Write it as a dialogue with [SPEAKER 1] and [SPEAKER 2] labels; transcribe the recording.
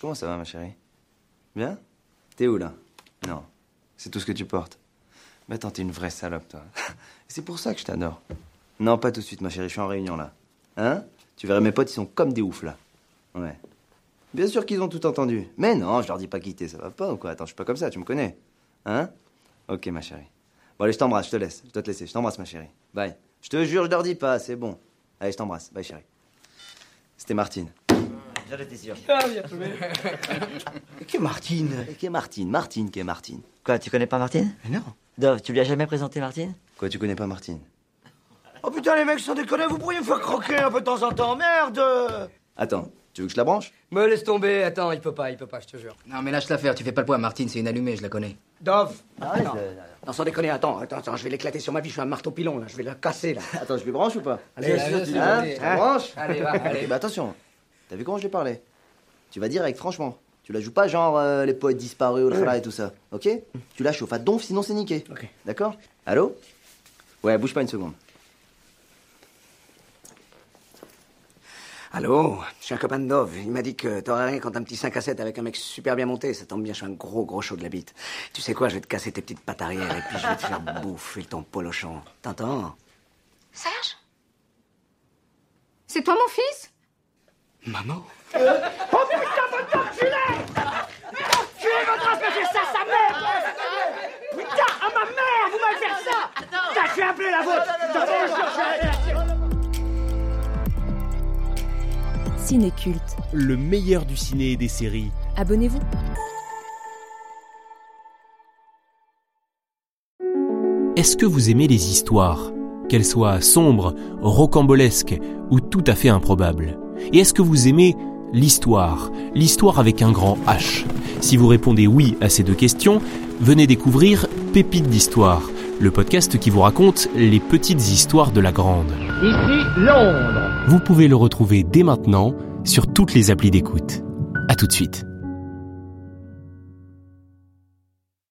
[SPEAKER 1] Comment ça va, ma chérie Bien T'es où, là Non, c'est tout ce que tu portes. Mais attends, t'es une vraie salope, toi. c'est pour ça que je t'adore. Non, pas tout de suite, ma chérie, je suis en réunion, là. Hein Tu verrais, mes potes, ils sont comme des oufs, là. Ouais. Bien sûr qu'ils ont tout entendu. Mais non, je leur dis pas quitter, ça va pas ou quoi Attends, je suis pas comme ça, tu me connais. Hein Ok, ma chérie. Bon, allez, je t'embrasse, je te laisse. Je dois te laisser, je t'embrasse, ma chérie. Bye. Je te jure, je leur dis pas, c'est bon. Allez, je t'embrasse. Bye, chérie. C'était Martine. J'en étais sûr.
[SPEAKER 2] Qui est Martine
[SPEAKER 1] Euh, Qui est Martine Martine, qui est Martine
[SPEAKER 3] Quoi, tu connais pas Martine
[SPEAKER 2] Mais non.
[SPEAKER 3] Dove, tu lui as jamais présenté Martine
[SPEAKER 1] Quoi, tu connais pas Martine
[SPEAKER 2] Oh putain, les mecs, sans déconner, vous pourriez me faire croquer un peu de temps en temps, merde
[SPEAKER 1] Attends, tu veux que je la branche
[SPEAKER 4] Me laisse tomber, attends, il peut pas, il peut pas, je te jure.
[SPEAKER 5] Non, mais lâche l'affaire, tu fais pas le poids, Martine, c'est une allumée, je la connais.
[SPEAKER 4] Dove
[SPEAKER 1] Arrête,
[SPEAKER 4] attends. Ah Non, sans déconner, attends, attends, attends, je vais l'éclater sur ma vie, je suis un marteau pilon, là, je vais la casser, là.
[SPEAKER 1] Attends, je lui branche ou pas
[SPEAKER 4] Allez,
[SPEAKER 5] sûr, tu-
[SPEAKER 1] Hein
[SPEAKER 4] allez,
[SPEAKER 1] Je la branche
[SPEAKER 2] Ah.
[SPEAKER 4] allez, va,
[SPEAKER 1] Ok,
[SPEAKER 4] allez.
[SPEAKER 1] bah attention. T'as vu comment je l'ai parlé Tu vas dire avec franchement. Tu la joues pas genre euh, les poètes disparus ou le khala et tout ça, ok Tu la chauffes à donf, sinon c'est niqué.
[SPEAKER 4] Ok.
[SPEAKER 1] D'accord Allô Ouais, bouge pas une seconde.
[SPEAKER 4] Allô, je suis un copain de Dove. Il m'a dit que t'aurais rien quand un petit 5 à 7 avec un mec super bien monté. Ça tombe bien, je suis un gros gros chaud de la bite. Tu sais quoi, je vais te casser tes petites pattes arrière et puis je vais te faire bouffer ton polochon. T'entends
[SPEAKER 6] Serge C'est toi mon fils
[SPEAKER 4] Maman
[SPEAKER 7] Cinéculte.
[SPEAKER 8] Le meilleur du ciné et des séries.
[SPEAKER 7] Abonnez-vous.
[SPEAKER 8] Est-ce que vous aimez les histoires Qu'elles soient sombres, rocambolesques ou tout à fait improbables Et est-ce que vous aimez l'histoire L'histoire avec un grand H Si vous répondez oui à ces deux questions, venez découvrir Pépites d'Histoire, le podcast qui vous raconte les petites histoires de la grande.
[SPEAKER 9] Ici Londres.
[SPEAKER 8] Vous pouvez le retrouver dès maintenant sur toutes les applis d'écoute. À tout de suite.